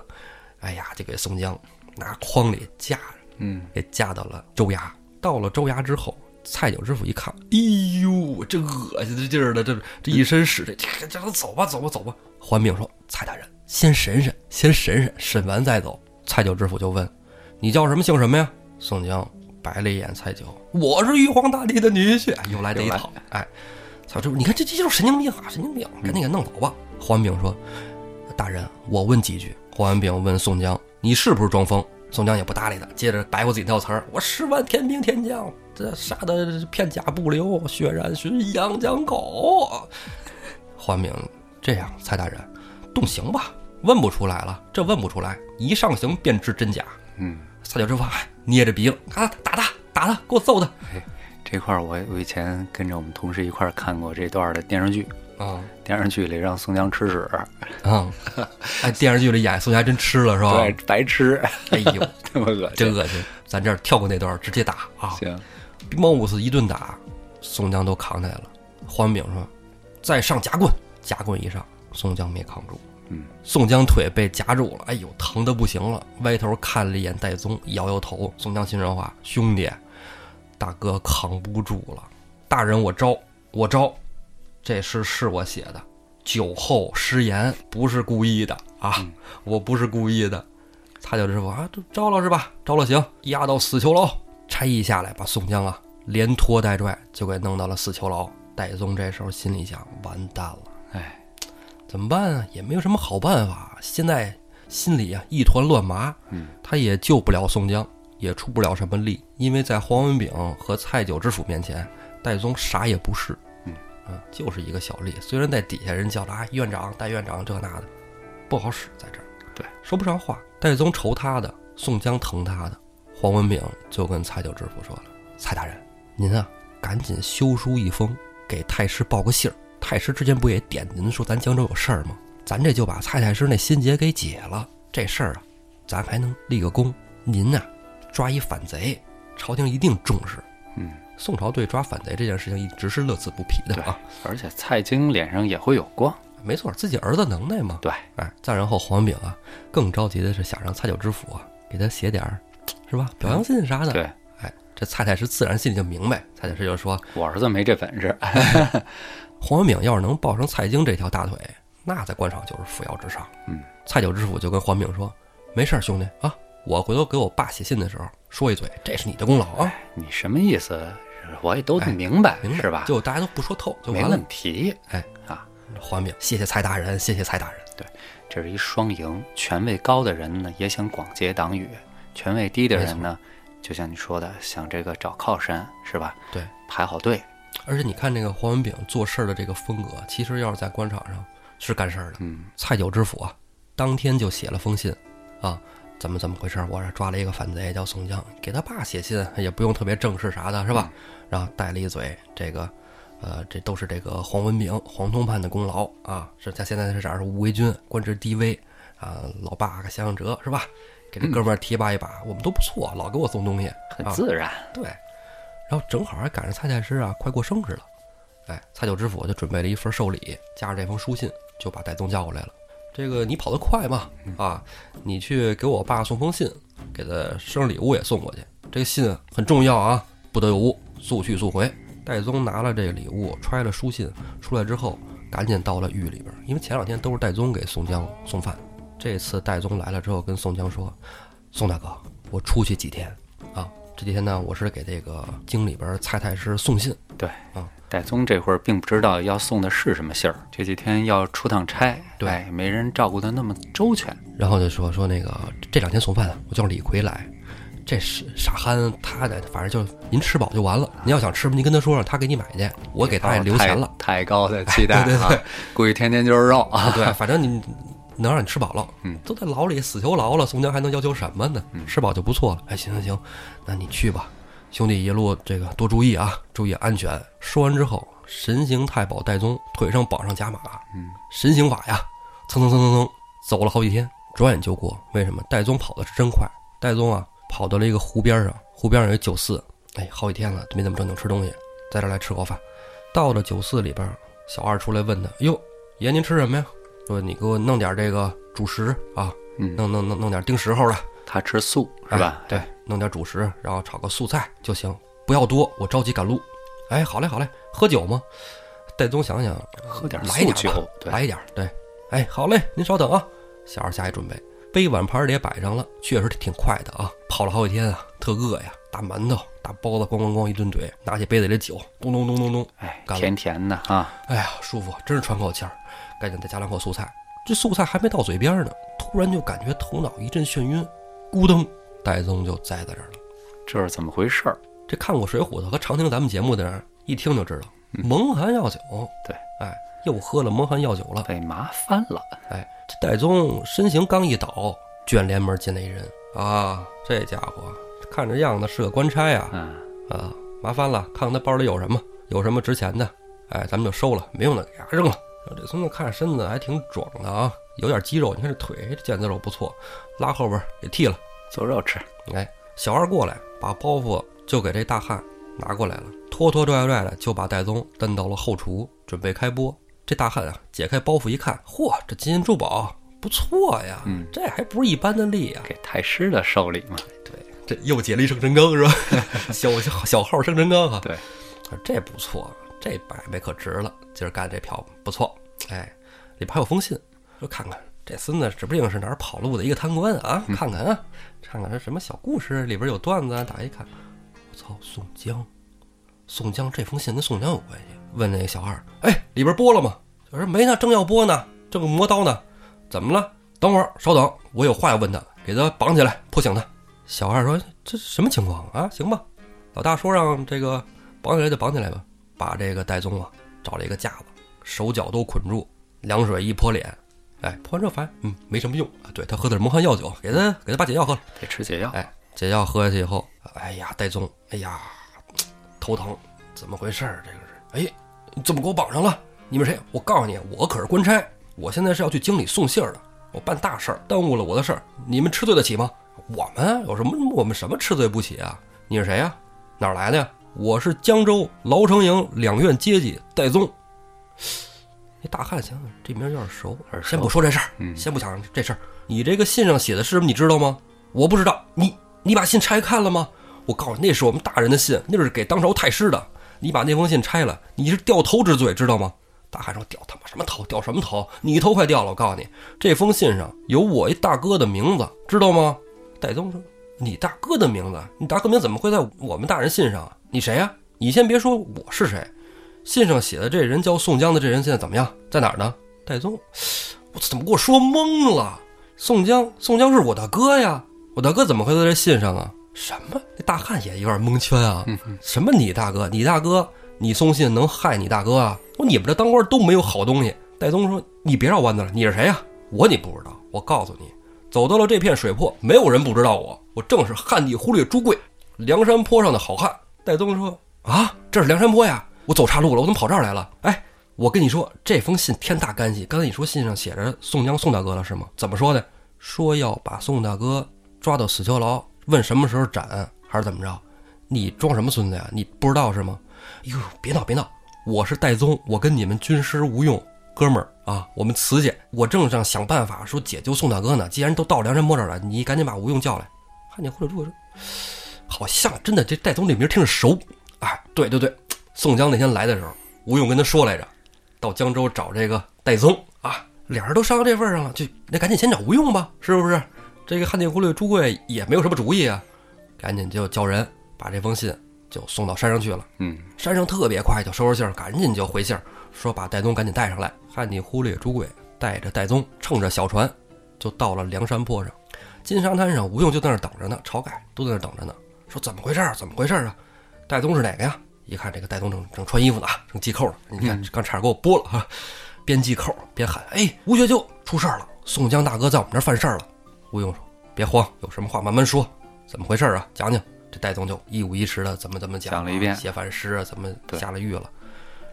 Speaker 1: 哎呀，就给宋江拿筐里架着，
Speaker 2: 嗯
Speaker 1: 给架到了州衙。到了州衙之后，蔡九知府一看，哎呦，这恶心的劲儿的，这这一身屎，这这这走吧，走吧，走吧。桓炳说：“蔡大人，先审审，先审审，审完再走。”蔡九知府就问：“你叫什么？姓什么呀？”宋江白了一眼蔡九：“我是玉皇大帝的女婿。”又来这一套，哎，蔡九，你看这这就是神经病啊，神经病，赶紧给弄走吧。桓炳说：“大人，我问几句。”桓炳问宋江：“你是不是装疯？”宋江也不搭理他，接着白活自己那套词儿：“我十万天兵天将，这杀的片甲不留，血染寻阳江口。”桓炳这样，蔡大人，动刑吧，问不出来了，这问不出来，一上刑便知真假。
Speaker 2: 嗯，
Speaker 1: 蔡九之父哎捏着鼻子，啊，打他，打他，给我揍他！
Speaker 2: 这块儿我我以前跟着我们同事一块儿看过这段儿的电视剧，
Speaker 1: 啊
Speaker 2: 电视剧里让宋江吃屎，
Speaker 1: 啊！哎，电视剧里演宋江还真吃了是
Speaker 2: 对
Speaker 1: 吧？，
Speaker 2: 白吃，
Speaker 1: 哦哎 呦，
Speaker 2: 那么恶
Speaker 1: 真
Speaker 2: 心。
Speaker 1: 恶心！咱这儿跳过那段儿，直接打啊！
Speaker 2: 行，
Speaker 1: 兵毛五四一顿打，宋江都扛起来了。桓炳说：“再上夹棍，夹棍一上，宋江没扛住。”
Speaker 2: 嗯，
Speaker 1: 宋江腿被夹住了，哎呦，疼的不行了。歪头看了一眼戴宗，摇摇头。宋江心里话：“兄弟，大哥扛不住了，大人我招，我招。这诗是我写的，酒后失言，不是故意的啊，我不是故意的。”蔡九知府啊，这招了是吧？招了行，押到死囚牢。差役下来，把宋江啊连拖带拽就给弄到了死囚牢。戴宗这时候心里想：完蛋了，
Speaker 2: 哎，
Speaker 1: 怎么办啊？也没有什么好办法，现在心里啊一团乱麻。
Speaker 2: 嗯，
Speaker 1: 他也救不了宋江，也出不了什么力，因为在黄文炳和蔡九知府面前，戴宗啥也不是。
Speaker 2: 嗯
Speaker 1: 啊，就是一个小吏，虽然在底下人叫他啊院长、戴院长这那的，不好使在这儿。
Speaker 2: 对，
Speaker 1: 说不上话。戴宗愁他的，宋江疼他的，黄文炳就跟蔡九知府说了：“蔡大人，您啊，赶紧修书一封，给太师报个信儿。太师之前不也点您说咱江州有事儿吗？咱这就把蔡太师那心结给解了。这事儿啊，咱还能立个功。您呐、抓一反贼，朝廷一定重视。
Speaker 2: 嗯，
Speaker 1: 宋朝对抓反贼这件事情一直是乐此不疲的啊，
Speaker 2: 而且蔡京脸上也会有光，
Speaker 1: 没错，自己儿子能耐嘛。
Speaker 2: 对，
Speaker 1: 哎，再然后黄炳啊，更着急的是想让蔡九知府啊给他写点儿，是吧？表扬信啥的。
Speaker 2: 对
Speaker 1: 哎，这蔡太师自然心里就明白。蔡太师就说，
Speaker 2: 我儿子没这本 事，
Speaker 1: 黄文炳要是能抱上蔡京这条大腿，那在官场就是扶摇直上。
Speaker 2: 嗯，
Speaker 1: 蔡九知府就跟黄炳说：“没事儿，兄弟啊，我回头给我爸写信的时候说一嘴，这是你的功劳啊，
Speaker 2: 你什么意思？我也都明白，
Speaker 1: 哎明白
Speaker 2: 是吧？
Speaker 1: 就大家都不说透就
Speaker 2: 没
Speaker 1: 完了
Speaker 2: 问。题。
Speaker 1: 哎，
Speaker 2: 啊，
Speaker 1: 黄炳，谢谢蔡大人，谢谢蔡大人。
Speaker 2: 这是一双赢，权位高的人呢也想广结党羽，权位低的人呢，就像你说的，想这个找靠山，是吧？
Speaker 1: 对，
Speaker 2: 排好队，
Speaker 1: 而且你看这个黄文炳做事儿的这个风格，其实要是在官场上是干事儿的。
Speaker 2: 嗯
Speaker 1: 蔡九知府啊，当天就写了封信，啊，怎么怎么回事儿？我这抓了一个反贼叫宋江，给他爸写信，也不用特别正式啥的，是吧？然后带了一嘴这个，呃，这都是这个黄文炳、黄通判的功劳啊，是他现在是啥是吴为军，官职低微啊，老爸个想想辙是吧？给这哥们儿提拔一把，我们都不错，老给我送东西，
Speaker 2: 很
Speaker 1: 啊
Speaker 2: 自然。
Speaker 1: 对，然后正好还赶上蔡太师啊快过生日了，哎，蔡九知府就准备了一份寿礼，加上这封书信，就把戴宗叫过来了。这个你跑得快嘛，啊，你去给我爸送封信，给他生日礼物也送过去。这个信很重要啊，不得有误，速去速回。戴宗拿了这个礼物，揣了书信出来之后，赶紧到了狱里边，因为前两天都是戴宗给宋江送饭，这次戴宗来了之后，跟宋江说：“宋大哥，我出去几天啊，这几天呢，我是给这个京里边蔡太师送信。
Speaker 2: 对
Speaker 1: 啊，
Speaker 2: 戴宗这会儿并不知道要送的是什么信儿，这几天要出趟差，
Speaker 1: 对
Speaker 2: 哎，没人照顾的那么周全。
Speaker 1: 然后就说说那个这两天送饭，啊我叫李逵来，这是傻憨，他的反正就是您吃饱就完了。您要想吃，您跟他说，让他给你买去，我给他也留钱了。
Speaker 2: 哦太太高的 期待啊！估计天天就是肉啊！
Speaker 1: 对，反正你能让你吃饱了，
Speaker 2: 嗯，
Speaker 1: 都在牢里死囚牢了，宋江还能要求什么呢？吃饱就不错了。哎，行行行，那你去吧，兄弟一路这个多注意啊，注意安全。说完之后，神行太保戴宗腿上绑上甲马，
Speaker 2: 嗯，
Speaker 1: 神行法呀，蹭蹭蹭蹭蹭，走了好几天，转眼就过。为什么？戴宗跑的是真快，戴宗啊跑到了一个湖边上，湖边上有酒肆，哎，好几天了没怎么正经吃东西，在这儿来吃口饭。到了酒肆里边，哎小二出来问他：“哟，爷您吃什么呀？”说你给我弄点这个主食啊，
Speaker 2: 嗯，
Speaker 1: 弄弄弄弄点定时候的，
Speaker 2: 他吃素是吧？
Speaker 1: 哎
Speaker 2: 哎
Speaker 1: 对，弄点主食，然后炒个素菜就行，不要多，我着急赶路。哎，好嘞，好嘞，喝酒吗？戴宗想想，
Speaker 2: 喝点
Speaker 1: 来一
Speaker 2: 素
Speaker 1: 点吧
Speaker 2: 酒，，对，
Speaker 1: 来一点，对。哎，好嘞，您稍等啊，小孩下去准备，杯碗盘儿也摆上了，确实挺快的啊，跑了好几天啊，特饿呀，大馒头、大包子，咣咣咣一顿怼，拿起杯子里的酒，咚咚咚咚咚，
Speaker 2: 哎，
Speaker 1: 干了
Speaker 2: 甜甜的啊，
Speaker 1: 哎呀，舒服，真是喘口气儿，赶紧再加两口素菜。这素菜还没到嘴边呢，突然就感觉头脑一阵眩晕，咕噔，戴宗就栽在这儿了。
Speaker 2: 这是怎么回事儿？
Speaker 1: 这看过《水浒》的和常听咱们节目的人，一听就知道，蒙汗药酒。
Speaker 2: 嗯对，
Speaker 1: 哎，又喝了蒙汗药酒了。
Speaker 2: 被麻烦了，
Speaker 1: 哎，这戴宗身形刚一倒，卷帘门进来一人啊，这家伙看这样子是个官差啊。
Speaker 2: 嗯，
Speaker 1: 啊，麻烦了，看看他包里有什么，有什么值钱的，哎，咱们就收了，没用的给他扔了。这孙子看身子还挺壮的啊，有点肌肉，你看这腿这腱子肉不错，拉后边给剃了。
Speaker 2: 做肉吃，
Speaker 1: 哎，小二过来把包袱就给这大汉拿过来了，拖拖拽拽的就把戴宗蹬到了后厨，准备开播。这大汉啊，解开包袱一看，嚯，这金银珠宝不错呀，
Speaker 2: 嗯
Speaker 1: 这还不是一般的利呀、
Speaker 2: 给太师的寿礼嘛，
Speaker 1: 这又解了一生辰纲是吧？ 小小小号生辰纲啊，
Speaker 2: 对，
Speaker 1: 啊，这不错，这摆摆可值了，今儿干这票不错。哎，里边还有封信，说看看这孙子指不定是哪儿跑路的一个贪官啊，看看啊，看看这什么小故事，里边有段子啊。打开一看，我操，宋江，宋江这封信跟宋江有关系。问那小二，哎，里边播了吗？我说没呢，正要播呢，正磨刀呢，怎么了？等会儿，稍等，我有话要问他，给他绑起来，扑醒他。小二说：“这什么情况啊？行吧，老大说让这个绑起来就绑起来吧。”把这个戴宗啊找了一个架子，手脚都捆住，凉水一泼脸，哎，泼完之后发现嗯没什么用啊。对他喝的是蒙汗药酒，给他给他把解药喝了。
Speaker 2: 得吃解药，
Speaker 1: 哎，解药喝下去以后，哎呀，戴宗，哎呀，头疼，怎么回事儿？这个是，哎，你怎么给我绑上了？你们谁？我告诉你，我可是官差，我现在是要去京里送信儿的，我办大事儿，耽误了我的事儿，你们吃罪得起吗？我们有什么？我们什么吃罪不起啊？你是谁呀、哪儿来的呀？我是江州牢城营两院阶级戴宗。那大汉想想，这名儿有点熟
Speaker 2: 耳，熟
Speaker 1: 先不说这事儿，
Speaker 2: 嗯
Speaker 1: 先不想这事儿。你这个信上写的是什么？你知道吗？我不知道。你你把信拆看了吗？我告诉你，那是我们大人的信，那是给当朝太师的。你把那封信拆了，你是掉头之罪，知道吗？大汉说：“掉他妈什么头？掉什么头？你头快掉了！我告诉你，这封信上有我一大哥的名字，知道吗？”戴宗说：“你大哥的名字？你大哥名怎么会在我们大人信上啊？你谁呀、你先别说我是谁，信上写的这人叫宋江的这人现在怎么样？在哪儿呢？”戴宗，我怎么给我说懵了？宋江，宋江是我大哥呀，我大哥怎么会在这信上啊？什么？那大汉也有点蒙圈啊！什么你大哥，你大哥，你送信能害你大哥啊？我说你们这当官都没有好东西。戴宗说：“你别绕弯子了，你是谁呀、我你不知道，我告诉你，走到了这片水泊，没有人不知道我，我正是旱地忽略朱贵，梁山坡上的好汉。”戴宗说：“啊，这是梁山坡呀，我走岔路了，我怎么跑这儿来了？哎，我跟你说，这封信天大干系。刚才你说信上写着宋江宋大哥了是吗？怎么说的？说要把宋大哥抓到死囚牢，问什么时候斩，还是怎么着？你装什么孙子呀？你不知道是吗？哟，别闹别闹，我是戴宗，我跟你们军师吴用哥们儿啊，我们慈家，我正想想办法说解救宋大哥呢。既然都到梁山泊这儿了，你赶紧把吴用叫来。汉奸忽略住说，好像真的这戴宗这名听着熟。哎，对对对，宋江那天来的时候，吴用跟他说来着，到江州找这个戴宗啊，俩人都伤到这份儿上了，就那赶紧先找吴用吧，是不是？这个汉奸忽略朱贵也没有什么主意啊，赶紧就叫人把这封信就送到山上去了。
Speaker 2: 嗯，
Speaker 1: 山上特别快，就收拾信儿，赶紧就回信儿，说把戴宗赶紧带上来。汉帝忽略朱贵，带着戴宗乘着小船，就到了梁山泊上。金沙滩上，吴用就在那儿等着呢，晁盖都在那儿等着呢，说怎么回事儿？怎么回事儿啊？戴宗是哪个呀？一看这个戴宗正正穿衣服呢，啊，正系扣呢。你看刚差点给我剥了哈，边系扣边喊：“哎，吴学究，出事儿了！宋江大哥在我们这儿犯事儿了。”吴用说：“别慌，有什么话慢慢说，怎么回事儿啊？讲讲。”这戴宗就一五一十的怎么怎么讲啊，
Speaker 2: 讲了一遍
Speaker 1: 写反诗啊，怎么
Speaker 2: 对
Speaker 1: 下了狱了。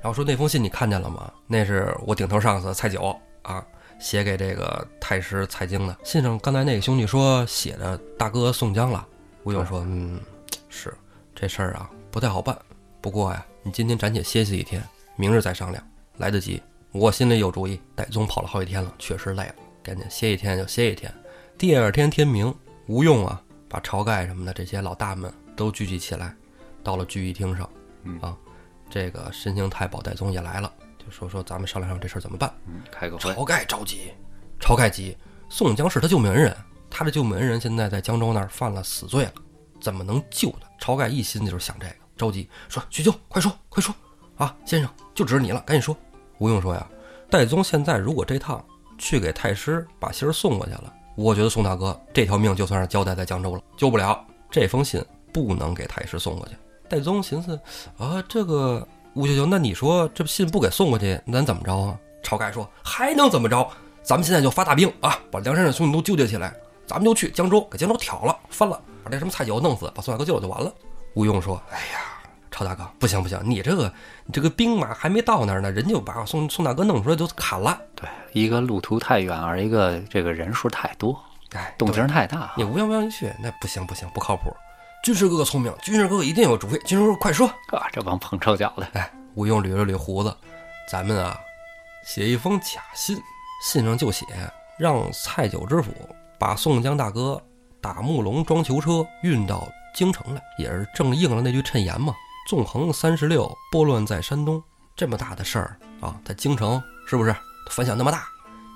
Speaker 1: 然后说那封信你看见了吗？那是我顶头上司蔡九啊写给这个太师蔡京的信上，刚才那个兄弟说写的大哥宋江了。吴勇说：“嗯，是这事儿啊不太好办。不过呀，你今天暂且歇息一天，明日再商量，来得及。我心里有主意。戴宗跑了好几天了，确实累了，赶紧歇一天就歇一天。第二天天明，吴用啊，把晁盖什么的这些老大们都聚集起来，到了聚义厅上
Speaker 2: 嗯，
Speaker 1: 啊，这个申兴太保戴宗也来了，就说说咱们商量商量这事儿怎么办。
Speaker 2: 嗯，开个会，
Speaker 1: 晁盖着急，晁盖急，宋江是他救命恩人，他的救命恩人现在在江州那儿犯了死罪了，怎么能救他？晁盖一心就是想这个，着急说：“去救，快说，快说啊，先生，就指着你了，赶紧说。”吴用说呀：“戴宗现在如果这趟去给太师把信儿送过去了，我觉得宋大哥这条命就算是交代在江州了，救不了。这封信不能给太师送过去。”戴宗寻思啊，这个吴舅舅，那你说这信不给送过去，那咱怎么着啊？晁盖说：“还能怎么着？咱们现在就发大兵啊，把梁山的兄弟都纠结起来，咱们就去江州，给江州挑了，翻了，把那什么蔡九弄死，把宋大哥救了就完了。”吴用说：“哎呀，晁大哥，不行不行，你这个你这个兵马还没到那儿呢，人就把宋宋大哥弄出来就砍了。
Speaker 2: 对，一个路途太远，而一个这个人数太多，
Speaker 1: 哎，
Speaker 2: 动静太大，
Speaker 1: 你无缘无故去，那不行不行，不靠谱。军师哥哥聪明，军师哥哥一定有主意。军师哥哥，快说！
Speaker 2: 啊，这帮碰臭脚的，
Speaker 1: 哎，吴用捋了捋胡子，咱们啊，写一封假信，信上就写让蔡九知府把宋江大哥打木笼装囚车运到京城来，也是正应了那句谶言嘛。纵横三十六，拨乱在山东，这么大的事儿啊，在京城是不是反响那么大？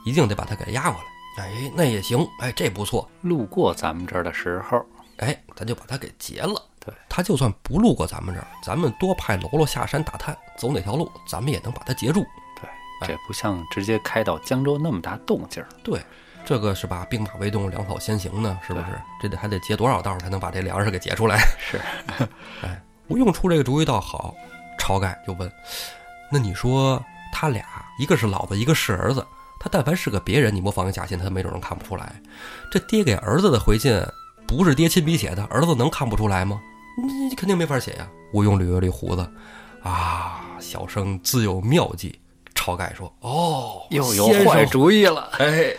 Speaker 1: 一定得把他给押过来。哎，那也行，哎，这不错，
Speaker 2: 路过咱们这儿的时候，
Speaker 1: 哎，咱就把他给劫了。
Speaker 2: 对，
Speaker 1: 他就算不路过咱们这儿，咱们多派喽啰下山打探，走哪条路，咱们也能把他截住。哎
Speaker 2: 对，这不像直接开到江州那么大动静儿，
Speaker 1: 对，这个是吧？兵马未动，粮草先行呢，是不是
Speaker 2: 对？
Speaker 1: 这得还得劫多少道才能把这粮食给劫出 来？
Speaker 2: 是，
Speaker 1: 哎，吴用出这个主意倒好，晁盖就问：“那你说他俩，一个是老子，一个是儿子，他但凡是个别人，你模仿个假信，他没准能看不出来。这爹给儿子的回信，不是爹亲笔写的，儿子能看不出来吗？你你肯定没法写呀。”吴用捋了捋胡子，啊，小生自有妙计。晁盖说：“哦，
Speaker 2: 又有
Speaker 1: 先生
Speaker 2: 坏主 意了，
Speaker 1: 哎，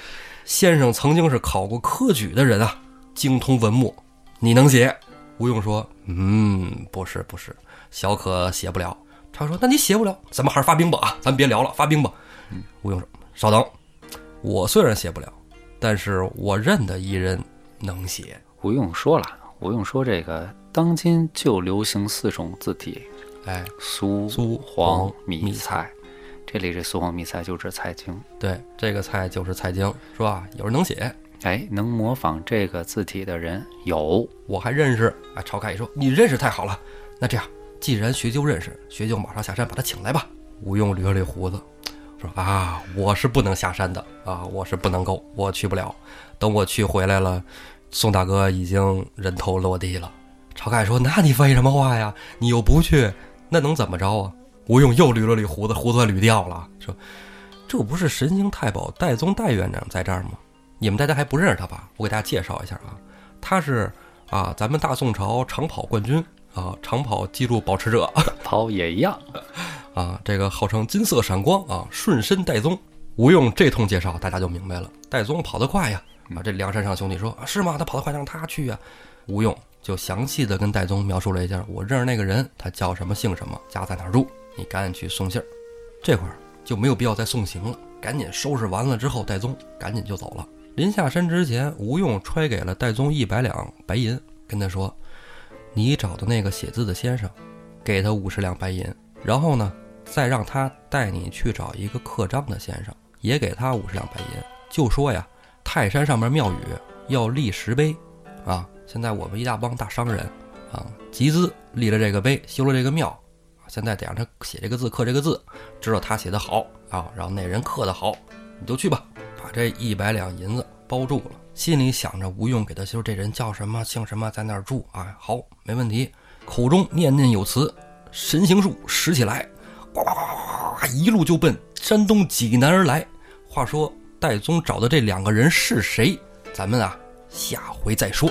Speaker 1: 先生曾经是考过科举的人啊，精通文墨，你能写？吴用说：“嗯，不是不是，小可写不了。”他说：“那你写不了，咱们还是发兵吧啊，咱别聊了，发兵吧。”吴用说：“稍等，我虽然写不了，但是我认得一人能写。
Speaker 2: 吴用说了，吴用说这个当今就流行四种字体，
Speaker 1: 哎，
Speaker 2: 苏
Speaker 1: 苏
Speaker 2: 黄
Speaker 1: 黄米
Speaker 2: 米蔡，这里这苏黄米蔡就指蔡京。
Speaker 1: 对，这个菜就是蔡京，是吧？有人能写，
Speaker 2: 哎，能模仿这个字体的人有，
Speaker 1: 我还认识。”哎，晁盖一说：“你认识太好了，那这样，既然学究认识，学究马上下山把他请来吧。”吴用捋了捋胡子，说：“啊，我是不能下山的啊，我是不能够，我去不了。等我去回来了，宋大哥已经人头落地了。”晁盖说：“那你废什么话呀？你又不去，那能怎么着啊？”吴用又捋了捋胡子，胡子捋掉了，说：“这不是神行太保戴宗戴院长在这儿吗？你们大家还不认识他吧？我给大家介绍一下啊，他是啊，咱们大宋朝长跑冠军啊，长跑纪录保持者。”
Speaker 2: 跑也一样。
Speaker 1: 啊，这个号称金色闪光啊，顺身戴宗。吴用这通介绍，大家就明白了，戴宗跑得快呀。啊，这梁山上兄弟说啊，是吗？他跑得快，让他去呀。吴用就详细的跟戴宗描述了一下，我认识那个人，他叫什么，姓什么，家在哪儿住，你赶紧去送信儿。这会儿就没有必要再送行了，赶紧收拾完了之后，戴宗赶紧就走了。临下山之前，吴用揣给了戴宗一百两白银，跟他说：“你找的那个写字的先生，给他五十两白银，然后呢，再让他带你去找一个刻章的先生，也给他五十两白银，就说呀，泰山上面庙宇要立石碑，啊，现在我们一大帮大商人啊集资立了这个碑，修了这个庙，啊现在得让他写这个字，刻这个字，知道他写的好啊，然后那人刻的好，你就去吧，把这一百两银子包住了。心里想着吴用给他说这人叫什么姓什么，在那儿住啊，好，没问题。口中念念有词，神行术使起来，呱呱呱呱呱，一路就奔山东济南而来。话说戴宗找的这两个人是谁？咱们啊，下回再说。